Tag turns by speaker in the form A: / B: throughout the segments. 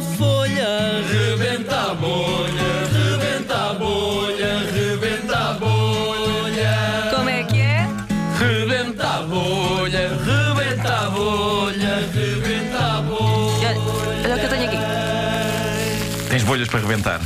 A: folha. Rebenta a bolha, rebenta a bolha, rebenta a bolha.
B: Como é que é?
A: Rebenta a bolha, rebenta a bolha, rebenta a bolha.
B: Olha, olha o que eu tenho aqui.
C: Tens bolhas para rebentar.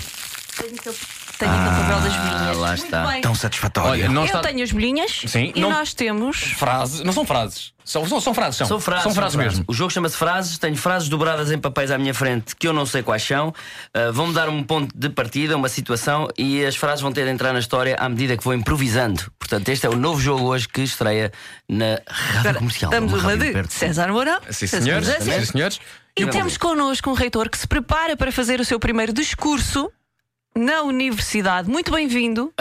B: Tenho aquele, tenho aquele papel das bolinhas.
D: lá
B: Muito
D: está.
B: bem.
C: Tão satisfatória.
E: Olha, não
B: Eu
E: está.
B: tenho as bolinhas
E: Sim,
B: e
E: não-
B: nós temos.
E: Frases. Não são frases. São, são, são frases. São,
D: São frases.
E: São frases mesmo.
D: O jogo chama-se Frases. Tenho frases dobradas em papéis à minha frente que eu não sei quais são. Ah, Vão-me dar um ponto de partida, uma situação e as frases vão ter de entrar na história à medida que vou improvisando. Portanto, este é o novo jogo hoje que estreia na Rádio Comercial.
B: Estamos
D: uma
B: uma
D: rádio
B: de
D: perto.
B: César Mourão.
E: Sim,
B: César
E: senhores.
B: Mourão,
E: Sim, senhores.
B: E temos connosco um reitor que se prepara para fazer o seu primeiro discurso na universidade. Muito bem-vindo.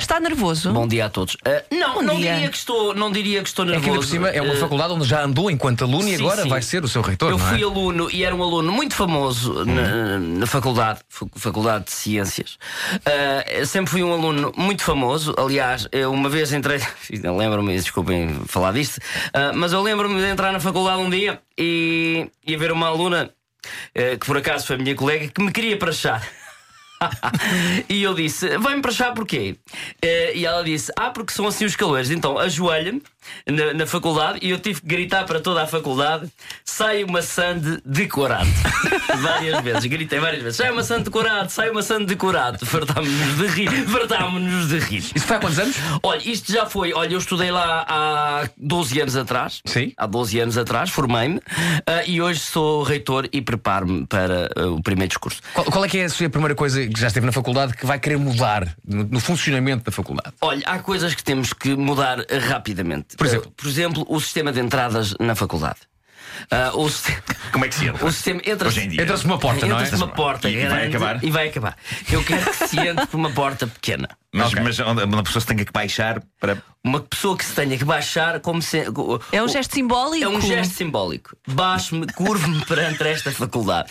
B: Está nervoso?
D: Ah, Bom dia a todos. Ah, não,
B: Bom
D: não
B: dia.
D: diria que estou, não diria que estou
E: É
D: nervoso.
E: que ainda por cima é uma
D: Ah,
E: faculdade onde já andou enquanto aluno e
D: Sim,
E: agora
D: sim.
E: vai ser o seu reitor,
D: Eu
E: não é?
D: fui aluno e era um aluno muito famoso na, na faculdade, fac- faculdade de ciências. Ah, eu sempre fui um aluno muito famoso. Aliás, eu uma vez entrei, eu lembro-me, desculpem falar disto, ah, mas eu lembro-me de entrar na faculdade um dia e, e haver uma aluna eh, que por acaso foi a minha colega que me queria prachar. e eu disse: Vai-me prachar porquê? Eh, E ela disse: Ah, porque são assim os calores. Então ajoelha-me na, na faculdade e eu tive que gritar para toda a faculdade: Sai uma sande decorado. várias vezes, gritei várias vezes: Sai uma sande decorado, sai uma sande decorado. Fartámos-nos de rir, fartámos-nos de rir.
E: Isso foi há quantos anos?
D: Olha, isto já foi. Olha, eu estudei lá há 12 anos atrás.
E: Sim.
D: Há 12 anos atrás, formei-me. ah, e hoje sou reitor e preparo-me para ah, o primeiro discurso.
E: Qual, qual é que é a sua primeira coisa que já esteve na faculdade que vai querer mudar no, no funcionamento da faculdade?
D: Olha, há coisas que temos que mudar ah, rapidamente.
C: É.
E: Por exemplo?
D: Ah, por exemplo, o sistema de entradas na faculdade. Ah, o, sistema,
C: Como é que se entra?
D: o sistema. Entra
C: Hoje em dia.
E: Entra-se uma porta, não é?
D: Entra-se uma porta
C: E- e vai
D: grande
C: acabar?
D: E vai acabar. Eu quero que se entre por uma porta pequena.
C: Mas,
E: Ok.
C: mas onde- uma pessoa se tenha que baixar para.
D: Uma pessoa que se tenha que baixar, como se.
B: É um gesto simbólico.
D: É um gesto simbólico. Baixo-me, curvo-me perante esta faculdade.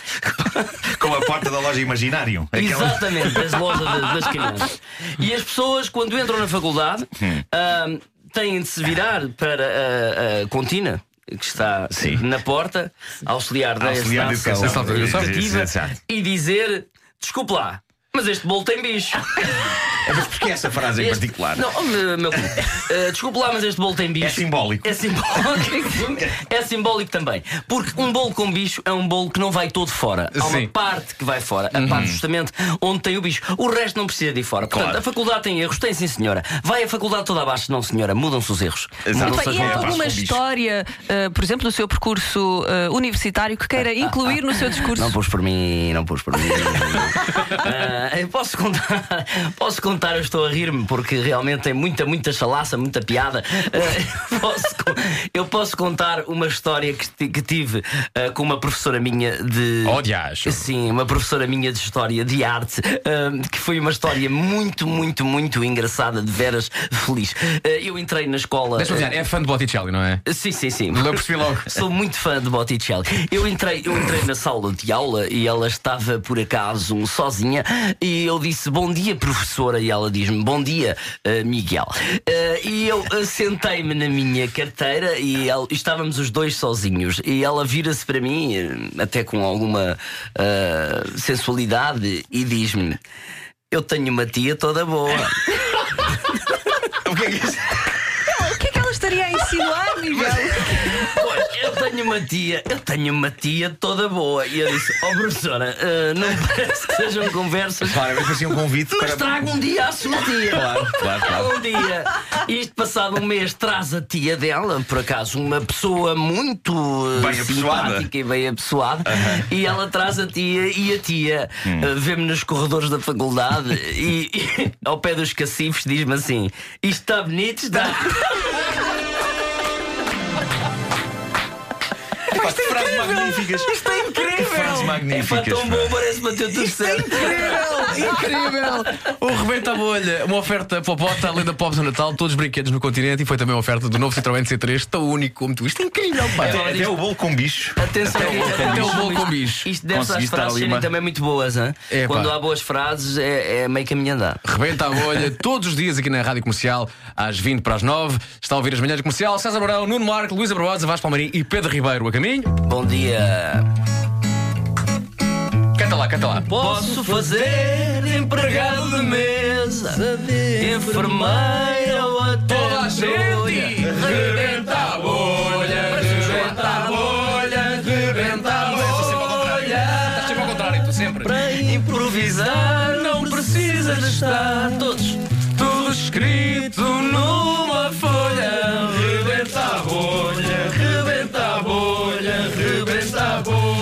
C: Com a porta da loja Imaginário. É Aquela-
D: Exatamente, das lojas das, das crianças. E as pessoas, quando entram na faculdade,
C: Hum.
D: ahm, têm de se virar para a, a contina. Que está
C: Sim.
D: na porta, auxiliar da
C: Auxiliar de
D: educação,
C: educação.
E: Educação.
D: educativa,
C: Exato.
D: e dizer: desculpe lá, mas este bolo tem bicho.
C: Mas porquê essa frase em
D: Este-
C: particular?
D: Não, oh, meu, meu, eh, desculpe lá, mas este bolo tem bicho.
C: É simbólico.
D: É simbólico. é simbólico também. Porque um bolo com bicho é um bolo que não vai todo fora. Há uma
E: Sim.
D: parte que vai fora. A parte justamente onde tem o bicho. O resto não precisa de ir fora. Portanto,
C: Claro.
D: a faculdade tem erros. Tem sim, senhora. Vai a faculdade toda abaixo. Não, senhora. Mudam-se os erros.
C: Exato.
B: Muito
D: Mudam-se
B: bem,
D: as
B: e
D: regras.
B: há alguma
C: bicho.
B: história, eh, por exemplo, do seu percurso eh, universitário que queira incluir no seu discurso?
D: Não pus por mim, não pus por mim. Ah, eu posso contar, posso contar, eu estou a rir-me porque realmente tem muita, muita chalaça, muita piada. Ah, eu posso con- eu posso contar uma história que, ti- que tive ah, com uma professora minha de.
E: Oh, diacho.
D: Sim, uma professora minha de história de arte, ahm, que foi uma história muito, muito, muito engraçada, de veras feliz. Ah, eu entrei na escola.
E: Deixa-me dizer, é fã de Botticelli, não é?
D: ah, Sim, sim, sim.
E: Eu percebi logo.
D: Sou muito fã de Botticelli. Eu entrei, eu entrei na sala de aula e ela estava por acaso sozinha e eu disse bom dia, professora, e ela diz-me bom dia, eh, Miguel. Eh, e eu eh, sentei-me na minha carteira e ela- estávamos os dois sozinhos. E ela vira-se para mim, eh, até com alguma eh, sensualidade, e diz-me: Eu tenho uma tia toda boa.
C: O que é que é isso?
B: O que é que ela estaria a insinuar, Miguel?
D: Pois, eu tenho uma tia, eu tenho uma tia toda boa. E eu disse: Ó professora, eh, não parece que sejam conversas.
C: Claro, mas parecia um convite
D: Mas
C: para.
D: traga um dia à sua tia.
C: Claro, claro, claro.
D: Um dia. Isto passado um mês traz a tia dela, por acaso, uma pessoa muito eh,
C: Bem apessoada.
D: simpática e bem apessoada. E ela traz a tia e a tia
C: Hum.
D: eh, vê-me nos corredores da faculdade e, e ao pé dos cacifes diz-me assim: Isto está bonito, está.
C: Pá, frases magníficas.
D: Isto é incrível! É
C: Frases
D: pá,
C: magníficas.
D: tão
C: pá.
D: bom, parece bater tudo certo.
E: Incrível! Incrível! O Rebenta a Bolha, uma oferta Popota, além da Pop do Natal, todos os brinquedos no continente e foi também uma oferta do novo Citroën C3, tão único como tu. Isto é incrível, pá!
C: Até, até o bolo com bicho.
D: Atenção,
C: Até o bolo
E: Até o
C: com
E: bolo
C: bicho.
E: com bicho.
D: Isto deve-se às
C: Conseguiste
D: frases
C: ali
D: serem
C: uma-
D: também muito boas, hein?
E: É, pá.
D: Quando há boas frases, é, é meio que a minha andar.
E: Rebenta a Bolha, todos os dias aqui na Rádio Comercial, às 20 para as 9. Está a ouvir as manhãs do comercial, César Barão, Nuno Marco, Luísa Barbosa, Vasco Palmarim e Pedro Ribeiro a caminho.
D: Bom dia.
E: Canta lá, canta lá.
D: Posso fazer empregado de mesa, enfermeira ou até
E: Toda
D: doia.
E: a gente rebenta a bolha, rebenta a bolha, rebenta a bolha. Estás sempre ao contrário, tu sempre.
D: Para improvisar não precisa de estar todos tudo escrito numa folha. Rebenta a bolha, rebenta a bolha, rebenta a bolha.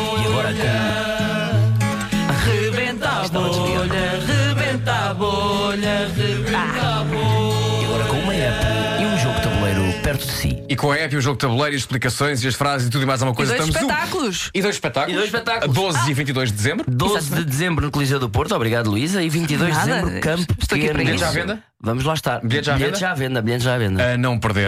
D: Rebenta a bolha, rebenta a bolha, rebenta a bolha. Ah. E agora com uma app e um jogo de tabuleiro perto de si.
E: E com a app, e o jogo de tabuleiro, e as explicações, e as frases e tudo e mais alguma coisa.
B: dois
E: estamos um.
B: espetáculos.
E: E dois espetáculos.
D: E dois espetáculos.
E: 12 e 22 de dezembro.
D: 12 de dezembro no Coliseu do Porto, obrigado Luísa, e 22 de
B: Nada,
D: dezembro, Campo
B: estou aqui
D: Pequeno.
B: para
E: isso. Bilhetes à venda?
D: Vamos lá estar.
E: Bilhetes à
D: Bilhetes
E: venda?
D: à venda, bilhetes à venda.
E: A não perder.